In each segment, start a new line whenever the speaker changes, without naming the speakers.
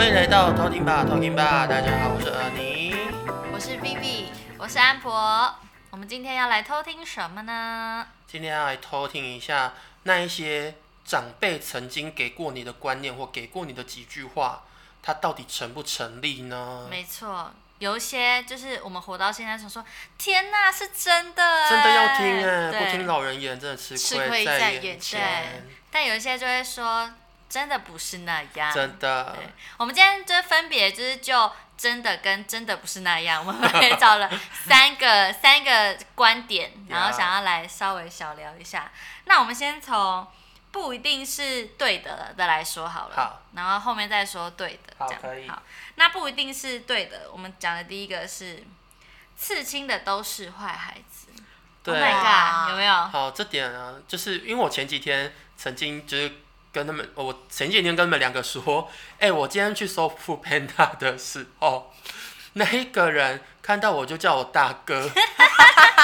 偷听吧，偷听吧，大家好，我是尔尼。
我是 Vivi，我是安婆。我们今天要来偷听什么呢？
今天要来偷听一下那一些长辈曾经给过你的观念或给过你的几句话，它到底成不成立呢？
没错，有一些就是我们活到现在想说，天哪，是真的欸，
真的要听哎、
对
不听老人言，真的吃
吃
亏
亏在
眼
眼
前
前。但有一些就会说，真的不是那样。
真的，
对，我们今天就分别就是就真的跟真的不是那样，我们分别找了三 个三个观点，然后想要来稍微小聊一下。那我们先从不一定是对的的来说好了，
好
然后后面再说对的，
好
这样
可以
好。那不一定是对的，我们讲的第一个是刺青的都是坏孩子。
对啊
Oh my god，有没有？
好，这点呢，就是因为我前几天曾经就是跟他们，我前几天跟他们两个说，哎、我今天去搜 Food Panda 的时候，那一个人看到我就叫我大哥，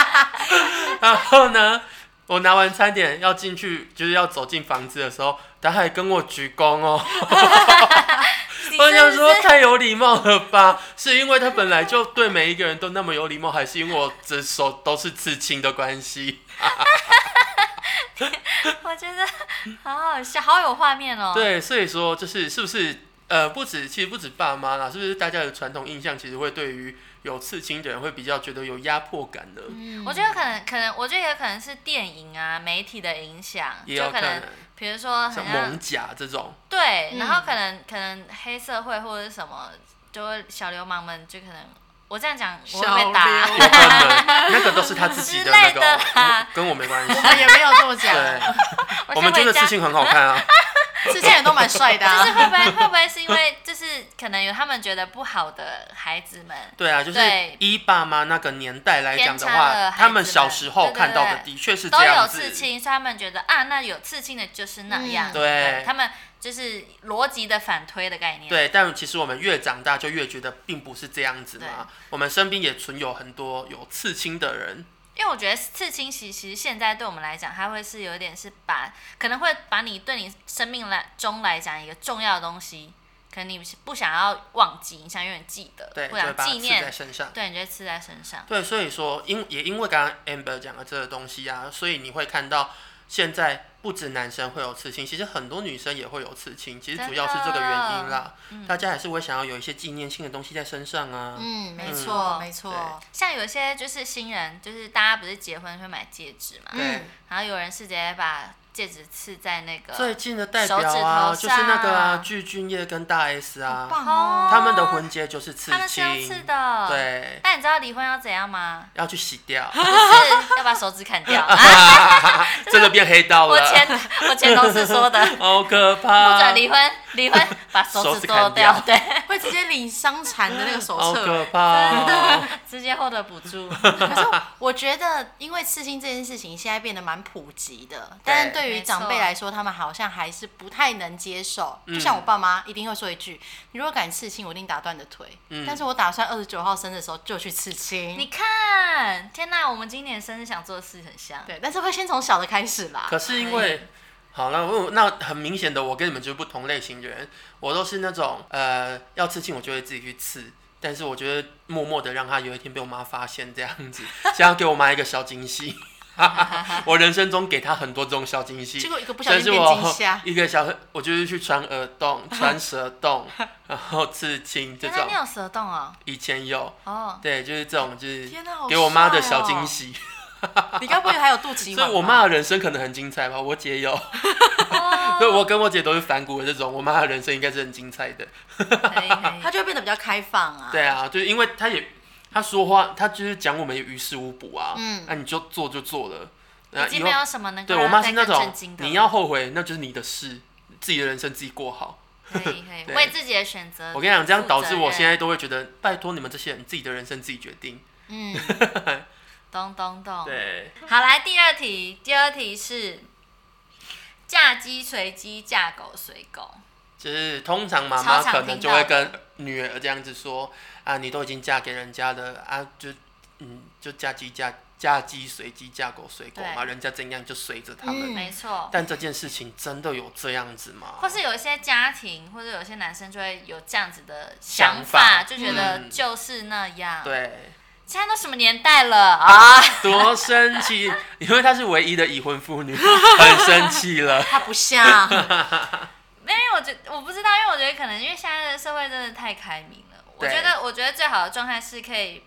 然后呢，我拿完餐点要进去，就是要走进房子的时候，他还跟我鞠躬哦，
你
我想
真的
说
是
太有礼貌了吧？是因为他本来就对每一个人都那么有礼貌，还是因为我这手都是刺青的关系？
我觉得好好笑，好有画面哦。
对，啊所以说就是是不是呃，不止其实不止爸妈啦，是不是大家的传统印象其实会对于有刺青的人会比较觉得有压迫感呢？
嗯
我觉得可能可能，我觉得也可能是电影啊、媒体的影响，
也
就
有
可能
能
比如说好
像
像
蒙甲这种，
对，
嗯
然后可能可能黑社会或者是什么，就会小流氓们就可能我这样讲我会被
小
有
流
打
氓
可能那个都是他自己的那
之
个
类的啦
哦，跟我没关系
我。们也没有这 么讲，
对，我
先
们觉得
回家
刺青很好 看啊。
之前也都蛮帅的、
就是
啊。
会不会会不会是因为就是可能有他们觉得不好的孩子们，
对啊，就是
对
依爸妈那个年代来讲的
偏差
话，
了
他们
孩子们
小时候
对对
看到的
对
的确是
都
这样
有
子。
刺青，所以他们觉得啊，那有刺青的就是那样，
嗯
对
他们就是逻辑的反推的概念，
对，但其实我们越长大就越觉得并不是这样子嘛
对。
我们身边也存有很多有刺青的人，
因为我觉得刺青其其实现在对我们来讲，它会是有点是把可能会把你对你生命来中来讲一个重要的东西，可能你不想要忘记，你想永远记得，
对，就
不
会
想
把它
啊纪
刺在
念，
身上。
对，你就会刺在身上。
对，所以说，因也因为刚刚 Amber 讲的这个东西啊，所以你会看到现在不止男生会有刺青，其实很多女生也会有刺青，其实主要是这个原因啦。大家还是会想要有一些纪念性的东西在身上啊。
嗯，没
嗯嗯
错，没错。
像有些就是新人，就是大家不是结婚会买戒指嘛，
对，
然后有人是直接把戒指刺在那个，
最近的代
嗯手
表
指
啊，
头
就是那个啊，
上
具俊晔跟大 S 啊，
棒
哦
哦！
他们的婚戒就是刺
他们是用
青，
刺的，。
对，
那你知道离婚要怎样吗？
要去洗 掉，
就是要把手指 砍掉。啊
真的变黑道
我
了，
前我前同事说的。
好可
不
怕，
准离婚，离婚， 把
呃手
手
指
指
砍
剁
掉
掉，对，
会直接领伤残的那个手
好
册。
可怕 哦，
直接 hold 不 住。
可是我觉得，因为刺青这件事情现在变得蛮普及的，但是对于长辈来说，他们好像还是不太能接受。就像我爸妈一定会说一句：“你如果敢刺青，我一定打断你的腿。但是我打算二十九号生日的时候就去刺青。
你看，天哪，我们今年生日想做的事很像，
对，但是会先从小的开始啦。
可是因
可
哎
为，好了，我那很明显的，我跟你们就是不同类型的人，我都是那种呃要刺青，我就会自己去刺。但是我觉得默默的让他有一天被我妈发现这样 子，想要给我妈一个小惊喜。我人生中给她很多这种小惊喜，
结果一个不小
但
心
是
变惊吓
我，一个小，我就是去穿耳洞、穿舌 洞，然后刺青这
原来
种
你。有蛇洞哦，
以前有，
哦，
对，就是这种，就是
天哪好
给我妈的
帅
小
哦
惊喜。
你该不会还有肚 脐
所以
环吧？
我妈的人生可能很精彩吧，我姐有。 对，我跟我姐都是反骨的这种，我妈的人生应该是很精彩的。
可以可以
她就会变得比较开放啊。
对啊，就是因为她也她说话，她就是讲我们也于事无补啊。嗯，那、你就做就做了。那
已
以
经
后
没有什么能够
对我
让
妈
他
是
再
那
更
种
震惊的了，
你要后悔，那就是你的事，自己的人生自己过好。
可以可 以
对
为自己的选择，
我跟你讲，这样导致我现在都会觉得，拜托你们这些人，自己的人生自己决定。
嗯，
咚咚咚，
对，
好，来第二题，第二题是嫁鸡随鸡，嫁狗随狗，
就是通常妈妈
超常
可能
听
就
到
会
的
跟女儿这样子说啊，你都已经嫁给人家了啊，就嗯，就嫁鸡嫁嫁鸡随鸡，嫁狗随狗嘛，
对
人家怎样就随着他们。
嗯
没错。
但这件事情真的有这样子吗？
或是有一些家庭，或者有些男生就会有这样子的
想
想法，
法
就觉得
嗯
就是那样。，
对，
现在都什么年代了啊？
多生气！ 因为她是唯一的已婚妇女，很生气了。
他不像，
没有，因为我觉我不知道，因为我觉得可能因为现在的社会真的太开明了。我
对
觉得，我觉得最好的状态是可以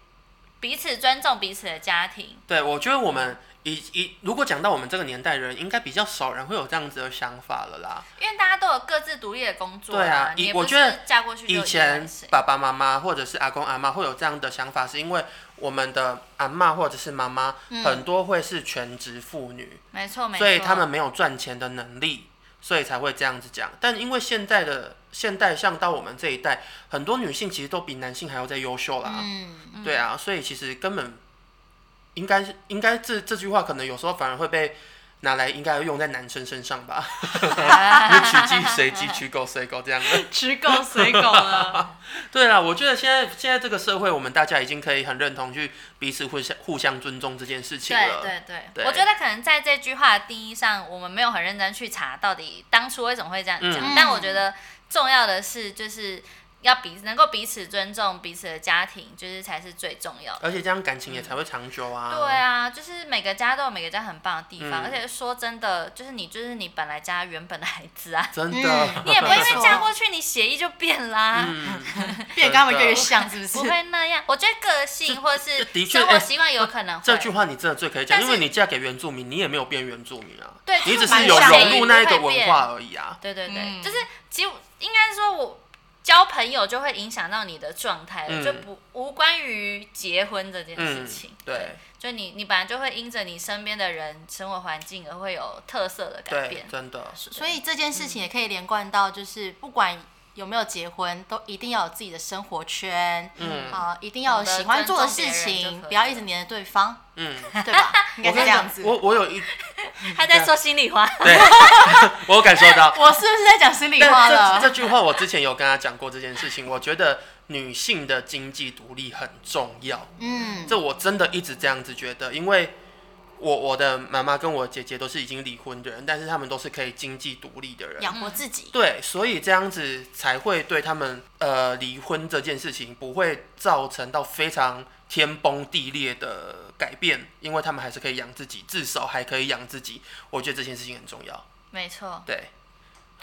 彼此尊重彼此的家庭。
对，我觉得我们以以如果讲到我们这个年代人，应该比较少人会有这样子的想法了啦。
因为大家都有各自独立的工作
对啊
你也
以
不
我
是
觉得
嫁过去就
以
一定
前
是谁
爸爸妈妈或者是阿公阿妈会有这样的想法，是因为我们的阿妈或者是妈妈很多会是全职妇女，
嗯没错没错，
所以他们没有赚钱的能力，所以才会这样子讲。但因为现在的现代，像到我们这一代，很多女性其实都比男性还要再优秀啦。
嗯，
对啊，所以其实根本应该是应该这这句话可能有时候反而会被拿来应该用在男生身上 吧， 就取鸡随鸡，取狗随狗这样的。
吃狗随狗了。
对啦，我觉得现在现在这个社会，我们大家已经可以很认同去彼此互相互相尊重这件事情
对
了。
对对，
对
我觉得可能在这句话的定义上，我们没有很认真去查到底当初为什么会这样讲，
嗯
但我觉得重要的是就是。要彼能够彼此尊重彼此的家庭，就是才是最重要的。
而且这样感情也才会长久啊。
对啊，就是每个家都有每个家很棒的地
嗯
方，而且说真的，就是你就是你本来家原本的孩子 啊，
真
嗯
的。
你 也不会因为
没错
嫁过去你协议就变啦、
嗯，
变得跟他们越来越像，是不
不
是？
会那样。我觉得个性或
这
是
的确
生活
哎
习惯有可能会。
这句话你真的最可以
但
讲，
是
因为你嫁给原住民，你也没有变原住民啊，
对
你
就
只
蛮
是有
像
融入那一个
不会
文
变
化而已啊。
对对对，
嗯
就是其实应该是说我交朋友就会影响到你的状态了，
嗯
就不无关于结婚这件事
嗯
情。，
对。
就你你本来就会因着你身边的人、生活环境而会有特色的
对
改变，。
真的，
所以这件事情也可以连贯到，就是不管有没有结婚，都一定要有自己的生活圈，
嗯
啊、一定要有喜欢做的事
懂得尊重别人就
情
可以，了
不要一直黏着对方，
嗯，
对吧？ 应该
我跟
是这
你
样
讲
子，。
我我 有一，
他在说心里话，
对， 我有感受 到。
我是不是在讲心里
但
话
这
了？
这句话我之前有跟他讲过这件事情，我觉得女性的经济独立很重要，
嗯，
这我真的一直这样子觉得，因为我我的妈妈跟我姐姐都是已经离婚的人，但是她们都是可以经济独立的人，
养活自己，
对，所以这样子才会对他们呃离婚这件事情不会造成到非常天崩地裂的改变，因为他们还是可以养自己，至少还可以养自己。我觉得这件事情很重要，
没错。
对，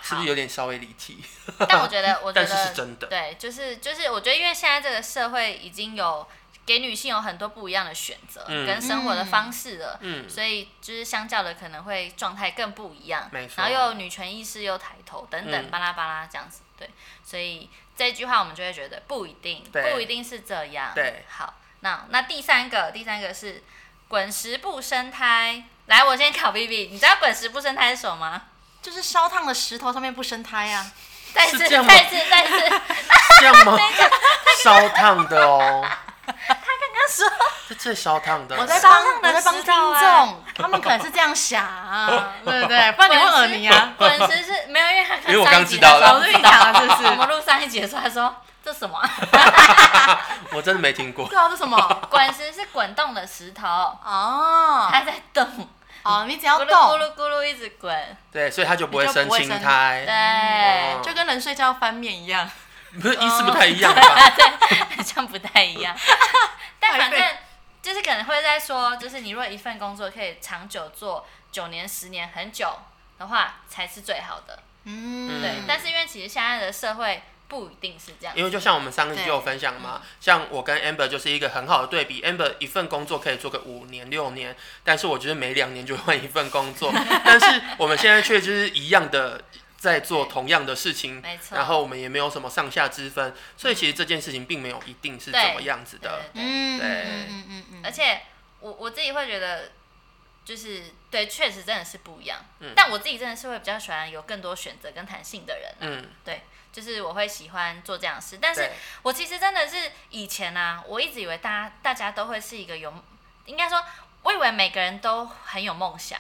是不
好
是有点稍微离题？
但我觉得，我觉
但
得
是是真的
对，就是就是，我觉得因为现在这个社会已经有给女性有很多不一样的选择、
嗯
跟生活的方式了，
嗯
所以就是相较的可能会状态更不一样，
没错
然后又有女权意识又抬头等等，
嗯
巴拉巴拉这样子，对，所以这句话我们就会觉得不一定，
对
不一定是这样，
对，
好，那那第三个，第三个是滚石不生胎。来，我先考 B B，你知道滚石不生胎是什么吗？
就是烧烫的石头上面不生胎啊。
再次，
是这样吗
再次，再次，
这样吗？烧烫的哦。他刚刚说，这最烧烫的。
我在
烧
帮
烫
我
的
在帮
石
听
头啊
众，他们可能是这样想啊， 对不对？不然你问尔尼 啊，
滚石是没有，因为他看
因为我
上一
刚
集
知道
他
了
说
我是你讲的，是不是
我？们录上一集的时候，他说这什么啊？
我真的没听过
不。知道是啊什么
滚石是滚动的石头，
哦
它在动，
哦，你只要
咕噜咕
动，
噜咕噜一直滚。
对，所以他就不会
你就
生
不会
青
生
苔，
对，
嗯
就跟人睡觉翻面一样。
不是意思不太一样吧？
哦好像不太一 样，但反正就是可能会在说，就是你如果一份工作可以长久做九年、十年很久的话，才是最好的。
嗯，
对，但是因为其实现在的社会不一定是这样 子，
因为就像我们上一集有分享嘛，像我跟 Amber 就是一个很好的对比。Amber 一份工作可以做个五年六年，但是我觉得每两年就换一份工 作，但是我们现在却就是一样的在做同样的事情
没，错
然后我们也没有什么上下之分，所以其实这件事情并没有一定是怎么样子
对
的。
对对
嗯
对
嗯嗯嗯嗯，
而且我我自己会觉得，就是对，确实真的是不一样。
嗯
但我自己真的是会比较喜欢有更多选择跟弹性的人、啊。
嗯，
对，就是我会喜欢做这样的事。但是
对
我其实真的是以前啊，我一直以为大家大家都会是一个有，应该说，我以为每个人都很有梦想，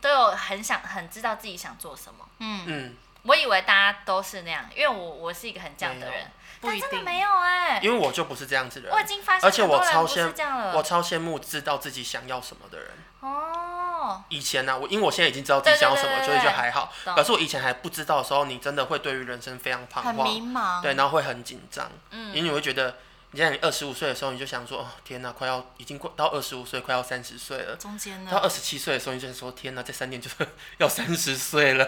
都有很想很知道自己想做什么。
嗯
嗯，
我以为大家都是那样，因为我我是一个很这样的
没
人
有，
不
但
一
真的
定。
没有哎、
因为我就不是这样子的人
我已，经发现
而且
很多
我
人
超
不是
先
这样
我
了。
超羡慕知道自己想要什么的人。
哦，
以前呢、我因为我现在已经知道自己想要什么，
对对
所
对对
以就还好。
懂
可是我以前还不知道的时候，你真的会对于人生非常彷
很迷
徨，
茫，
对，然后会很紧张，因为
嗯，
你会觉得，你在你二十五岁的时候，你就想说，哦，天哪，快要已经过到二十五岁，快要三十岁了。
中间
嗯
到
呢，
二十七岁的时候，你就说，天哪，这三年就是 要三十岁了。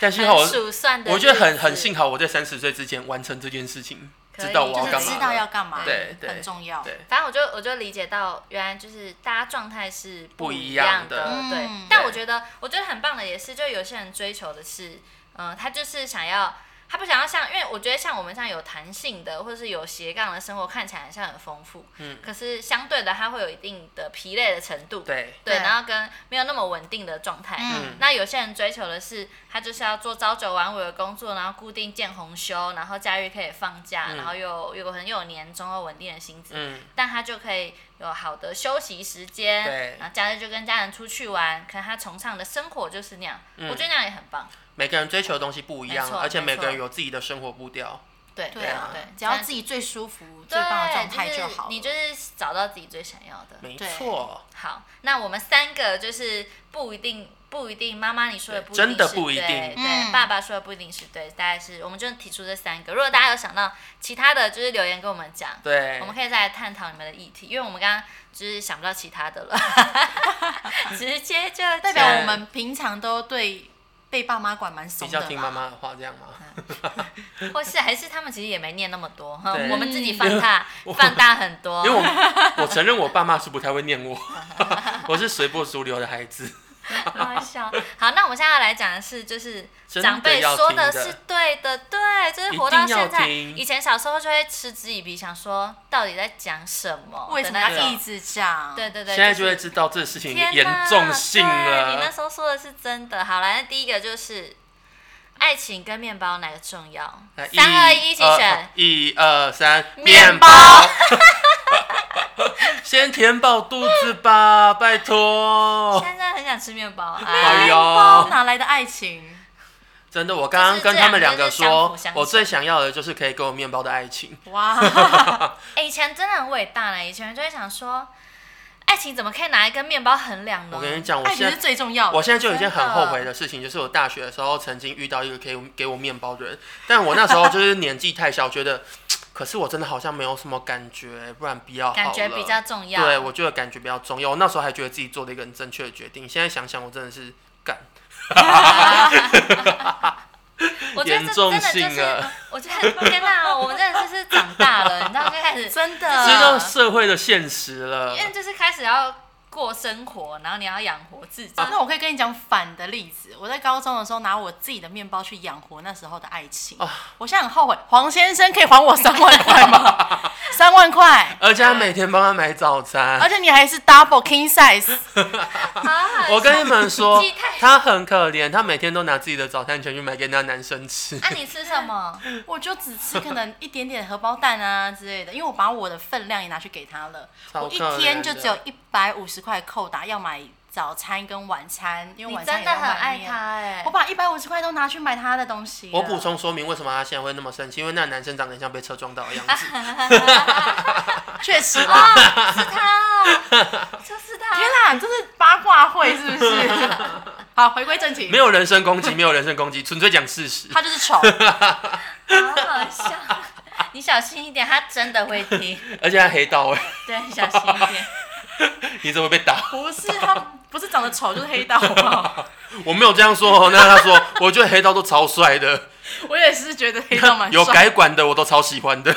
但幸好
很
我，
数算的，
我觉得很很幸，好，我在三十岁之前完成这件事情，
可以
知道我
就
要
是
干
知
嘛
道
了。
要干嘛，
对对
很重要。
对，
反正我就我就理解到，原来就是大家状态是
不
一
一
样
样
的
的，
对
嗯。
但
对
我觉得我觉得很棒的也是，就有些人追求的是，嗯、他就是想要。他不想要像，因为我觉得像我们这样有弹性的，或者是有斜杠的生活，看起来好像很丰富，
嗯，
可是相对的，它会有一定的疲累的程度，
对，
对，
对
然后跟没有那么稳定的状态。
嗯
那有些人追求的是，他就是要做朝九晚五的工作，然后固定见红休，然后假日可以放假，
嗯
然后又有很有年终又稳定的薪资，
嗯，
但他就可以有好的休息时间，
对
然后假日就跟家人出去玩。可能他崇尚的生活就是那样，
嗯
我觉得那样也很棒。
每个人追求的东西不一
没
样，
错
而且
没
每个人
错
有自己的生活步调。
对
对啊，
对，
只要
但
自己最舒服、最
对
棒的状态
就
就是好了。
你就是找到自己最想要的。
没
对
错，
好，那我们三个就是不一定，不一定，妈妈你说的
对
不一定
真的
是
不一
对
定
对，
嗯
爸爸说的不一定是对，大概是我们就提出这三个。如果大家有想到其他的，就是留言跟我们讲，
对
我，们可以再来探讨你们的议题，因为我们刚刚就是想不到其他 的了，直接就
代表
对
我们平常都对被爸妈管蛮
比
松
较
的
听
吧
妈妈的话，这 样吗？
讲或是还是他们其实也没念那么多，哈
对
我们自己放 大放大很多
因为。我我承认我爸妈是不太会念我， 我是随波逐流的孩子。
很好笑。好，那我们现在要来讲的是，就是
真的
长辈
要
说
听的
是对的，对，就是活
一定
到
要
现在。
听
以前小时候就会嗤之以鼻，想说到底在讲什么？
为什么
的
要
那
一
种
直讲？
对对对，
现在就
就
会
是
知道这事情的
天
严
哪
重性
对你那
了。
时候说的是真的。好了，那第一个就是爱情跟面包哪个重要？
来
三二一，一起选。，
一二三，
面
面
包
包。 先填饱肚子 吧，拜托。
现在很想吃面包，
哎
哎，
包
呦，
哪来的爱情？
真的，我刚刚
就是
跟
这
他们
两
两
个
个
就是相
说
辅相，成
我最想要的就是可以给我面包的爱情。
哇，
哎以前真的很伟大呢。以前就会想说，爱情怎么可以拿一根面包衡量呢？
我跟你讲，我
爱
现
情
在
是最重要的。
我现在就有一件
哦真的
很后悔的事情，就是我大学的时候曾经遇到一个可以给我面包的人，但我那时候就是年纪太小，觉得，可是我真的好像没有什么感觉，不然比较好了
感觉比较重要。
对，我觉得感觉比较重要。我那时候还觉得自己做了一个很正确的决定，现在想想我真的是干，
我觉得
严
这
重
真的就
性啊
是
了，
我觉得天哪、我们真的就是长大了，你知道，就开始，
真
这就
的，
是社会的现实了
呃因。为就是开始要过生活，然后你要养活自己。
啊那我可以跟你讲反的例子。我在高中的时候拿我自己的面包去养活那时候的爱情。
啊
我现在很后悔，黄先生可以还我三万块吗？三万块，
而且他每天帮他买早餐
呃
而，且你还是 double king size，
啊
我跟你们说
年纪太，
他很可怜，他每天都拿自己的早餐钱去买给那男生吃。
啊，你吃什么？
我就只吃可能一点点荷包蛋啊之类的，因为我把我的分量也拿去给他了。
超
我一
可怜
天就
的
只有一百五十块扣打，要买早餐跟晚餐， 因为
你
晚餐
真
也
的
要
很
买
爱
面
他。哎、
我把一百五十块都拿去买他的东西。
我补，充说明为什么他现在会那么生气，因为那男生长得像被车撞到的样子。
确实啊，
是他哦，就是他。
天哪，这是八卦会是不 是？好，回归正题，
没有人身攻击，没有人身攻击，纯粹讲事实。
他就 是丑，
好好笑。 你小心一点，他真的会听。
而且他黑道哎、
对，小心一点。
你怎么被打？
不是他不是长得丑就是 黑道，好不好？
我没有这样说哦。那他说，我觉得黑道都超帅的，
我也是觉得黑道蛮
有
帅。
改管的我都超喜欢的。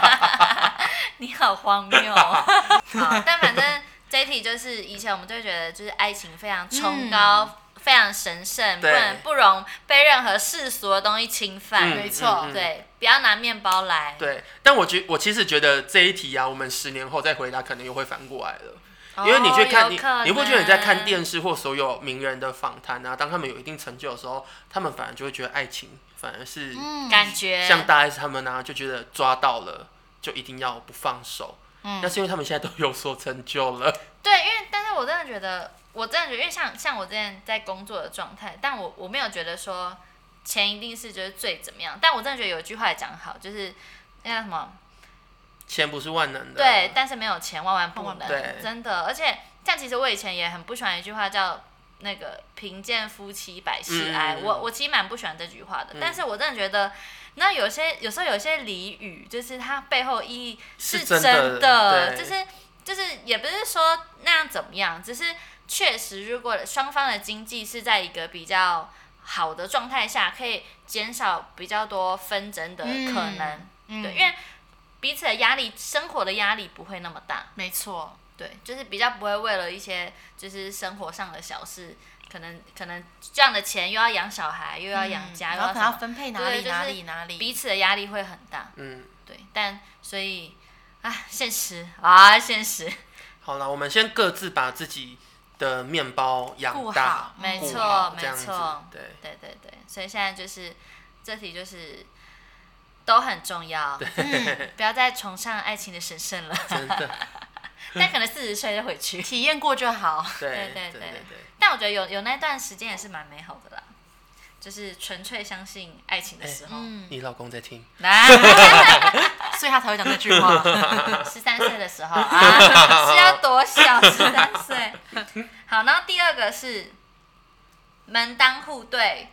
你好荒 谬、哦。好，但反正这一题就是以前我们就会觉得就是爱情非常崇高。非常神圣，不
嗯对
能不容被任何世俗的东西侵犯。
嗯
没错
嗯嗯
对，不要拿面包来。
对，但我觉我其实觉得这一题啊，我们十年后再回答，可能又会反过来了。
哦，
因为你去看、
有可能
你，你不觉得你在看电视或所有名人的访谈啊，当他们有一定成就的时候，他们反而就会觉得爱情反而是
嗯
感觉
像大 S 他们呢、啊就觉得抓到了就一定要不放手。
嗯
那是因为他们现在都有所成就了。
对，因为但是我真的觉得，我真的觉得，因为像像我之前在工作的状态，但我我没有觉得说钱一定是就是最怎么样，但我真的觉得有一句话也讲得好，就是。那叫什么？
钱不是万能的。啊
对，，但是没有钱万万不
万
能，
万
不能
真的。而且像其实我以前也很不喜欢一句话叫“那个贫贱夫妻百事哀”，
嗯
我我其实蛮不喜欢这句话的。
嗯
但是我真的觉得，那有些有时候有些俚语，就是它背后意义
是真
真的，
的对
就是就是也不是说那样怎么样，只是确实如果双方的经济是在一个比较好的状态下，可以减少比较多纷争的
嗯
可能。
嗯
对，因为彼此的压力，生活的压力不会那么大，
没错，
对，就是比较不会为了一些就是生活上的小事，可能可能这样的钱又要养小孩，又要养家，
嗯
又
然后
要什
可能要
么，
分配哪
对
里
就是
哪里哪里，
彼此的压力会很大，
嗯，
对，但所以啊，现实啊，现实，
嗯
好了，我们先各自把自己的面包养
顾
大
好，
没
顾
错
好，这
没
样子
错，，
对，
对对对，所以现在就是这题就是都很重要，
嗯，
不要再崇尚爱情的神圣 了，
真 的，
但可能四十岁就回去。
体验过就 好。
对
对对
对对对。
但我觉得有有那段时间也是蛮美好的啦，就是纯粹相信爱情的时候。
嗯，
哎你老公在听，
来，
哎
所以他才会讲这句话。
啊十三岁的时候啊，是要多小？十三岁。好，然后第二个是门当户对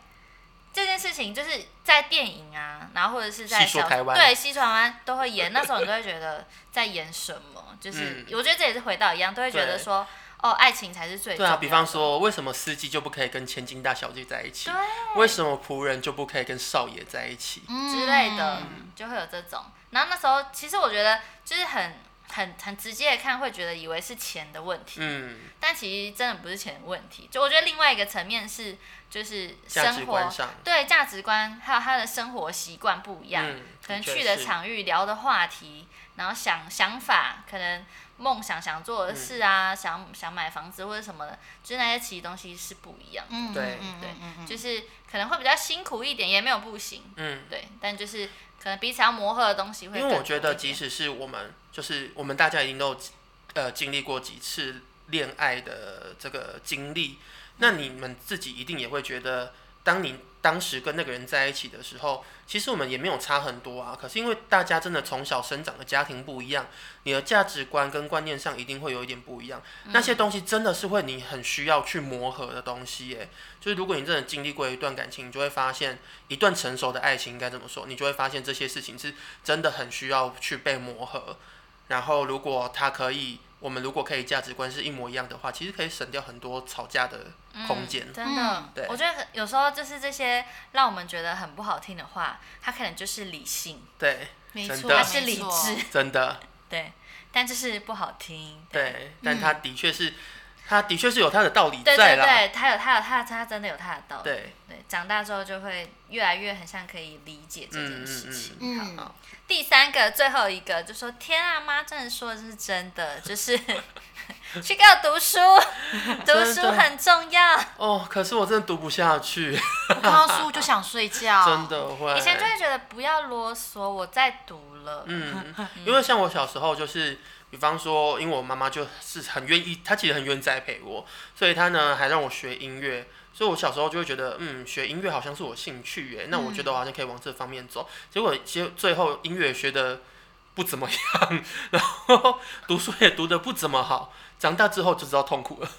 这件事情，就是在电影啊，然后或者是在
戏说
小
台湾
对西传湾都会演，那时候你都会觉得在演什么？就是、我觉得这也是回到一样，都会觉得
嗯对
说哦，爱情才是最重
对
要
啊，
的。
比方说，为什么司机就不可以跟千金大小姐在一起？为什么仆人就不可以跟少爷在一起？
嗯
之类的，就会有这种。然后那时候其实我觉得就是很很很直接的看，会觉得以为是钱的问题，
嗯，
但其实真的不是钱的问题。就我觉得另外一个层面是就是
价值
生活
观上，
对价值观还有他的生活习惯不一样，
嗯，
可能
确
去的
是，
场域、聊的话题，然后想想法，可能梦想想做的事
嗯
啊，想想买房子或者什么的，就是那些其实东西是不一样的。
嗯，
对
嗯
对，
嗯
就是是可能会比较辛苦一点，也没有不行，
嗯，
对，但就是可能彼此要磨合的东西会更
因
多一点。
为我觉得，即使是我们，就是我们大家一定都有呃经历过几次恋爱的这个经历，那你们自己一定也会觉得，当你当时跟那个人在一起的时候，其实我们也没有差很多啊。可是因为大家真的从小生长的家庭不一样，你的价值观跟观念上一定会有一点不一样，那些东西真的是会你很需要去磨合的东西耶。就是如果你真的经历过一段感情，你就会发现，一段成熟的爱情应该怎么说？你就会发现这些事情是真的很需要去被磨合。然后，如果他可以，我们如果可以价值观是一模一样的话，其实可以省掉很多吵架的空间。
真的
嗯，
对
我觉得有时候就是这些让我们觉得很不好听的话，它可能就是理性，
对，
没
真
错，
的
它
它
是理
没错
智，
真的
对，但就是不好听。
对，但他的确是，他的确是有他的道理
对
在
对
啦。
对，它有它有它它真的有它的道理。
对，
对，长大之后就会越来越很像可以理解这件事情。
嗯嗯嗯
好好，第三个最后一个就说：“天啊，妈真的说的是真的，就是 去给我 读书，读
真
书
的
很重要。”
哦，可是我真的读不下去，
我看到书就想睡觉，
真。的会。
以前就会觉得不要啰嗦，我在读了。
嗯，因为像我小时候就是，比方说，因为我妈妈就是很愿意，她其实很愿意栽培我，所以她呢还让我学音乐，所以我小时候就会觉得，嗯，学音乐好像是我兴趣耶，那我觉得我好像可以往这方面走。结果其实最后音乐学的不怎么样，然后读书也读的不怎么好，长大之后就知道痛苦了。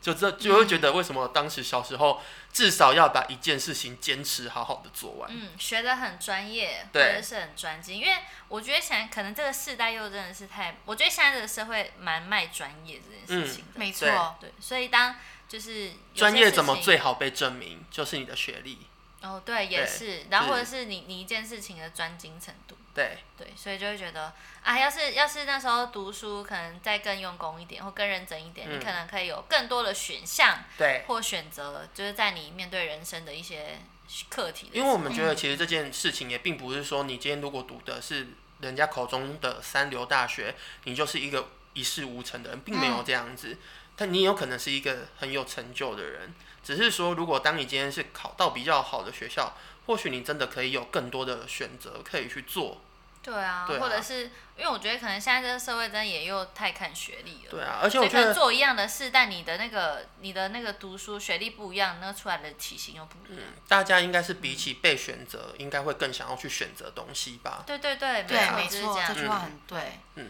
就这就会觉得为什么当时小时候至少要把一件事情坚持好好的做完，
嗯，学的很专业，或
对
者是很专精，因为我觉得现在可能这个世代又真的是太，我觉得现在这个社会蛮卖专业这件事情的，
嗯没错，
对
对，所以当就是有些
专业怎么
事情
最好被证明，就是你的学历。
哦，对，也
对
是，然后或者
是
是你你一件事情的专精程度，
对，
对，所以就会觉得啊，要是要是那时候读书可能再更用功一点，或更认真一点，你
嗯
可能可以有更多的选项，
对，
或选择，就是在你面对人生的一些课题的时
因
候。
为我们觉得其实这件事情也并不是说你今天如果读的是人家口中的三流大学，你就是一个一事无成的人，并没有这样
嗯
子。但你有可能是一个很有成就的人，只是说如果当你今天是考到比较好的学校，或许你真的可以有更多的选择可以去做。
对啊，
对啊
或者是因为我觉得可能现在这个社会真的也又太看学历了。
对啊，而且
所
我
以
觉
可能
得，
做一样的事，但你的那个你的那个读书学历不一样，那出来的体型又不一样。
嗯，大家应该是比起被选择，应该会更想要去选择东西吧。
对对对，
对，
没
没
就是
错
这，
这
样。
句话很对。
嗯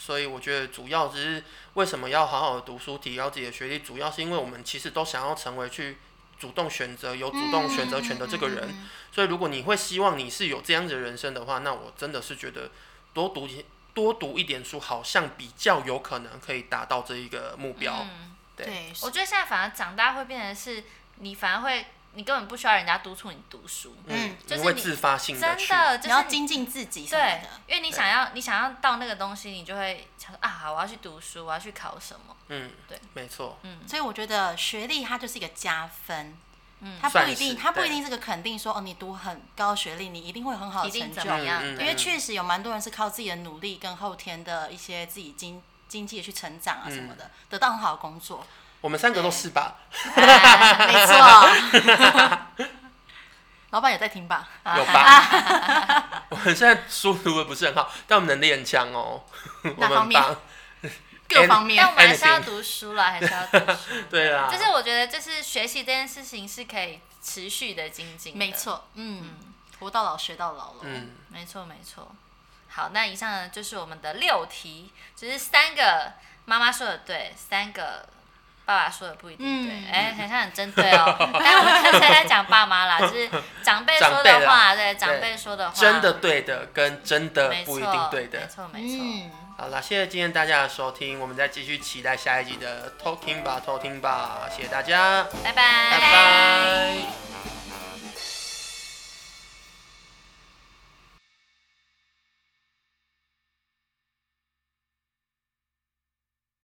所以我觉得主要只是为什么要好好的读书，提高自己的学历，主要是因为我们其实都想要成为去主动选择、有主动选择权的这个人。所以如果你会希望你是有这样子的人生的话，那我真的是觉得多读一多读一点书，好像比较有可能可以达到这一个目标。
嗯，
对
对，
我觉得现在反而长大会变成是，你反而会，你根本不需要人家督促你读书，
嗯，
就是
你会
你
自发性的
真
去。
的就
你要
是你
精进自己什么
对
的。，
因为你想要你想要到那个东西，你就会想说啊，好我要去读书，我要去考什么，
嗯，
对，
没错，
所以我觉得学历它就是一个加分，
嗯
它不一
算是
定，它不
对
一定是个肯定说哦，你读很高学历，你一定会有很好
一
的
定
成
怎
就，
么样？
嗯嗯
因为
对，
确实有蛮多人是靠自己的努力跟后天的一些自己经经济去成长啊什么的，
嗯
得到很好的工作，
我们三个都是吧？
哎
没错。 老板有在听吧？
有吧？ 我们现在书读的不是很好，但我们能力很强哦。 我们
哪方
很
面
棒。
各方面
但我，们还是 要读书了，还是要读书。
对啊啦，
就是我觉得，就是学习这件事情是可以持续的精进的。
没，错，嗯，活到老学到老了。
嗯，
没错，没错。好，那以上呢就是我们的六题，就是三个妈妈说的对，三个爸爸说的不一定对。
嗯
哎、想想很 针对哦。但我们现在在讲爸妈啦，就是长辈说的话，对长辈说的话，
真的啊对的跟真的
没错，
不一定对
没
的。
错，没错。
嗯，
好啦，谢谢今天大家的收听，我们再继续期待下一集的 Talking 吧，Talking 吧，谢谢大家。
拜拜，
拜拜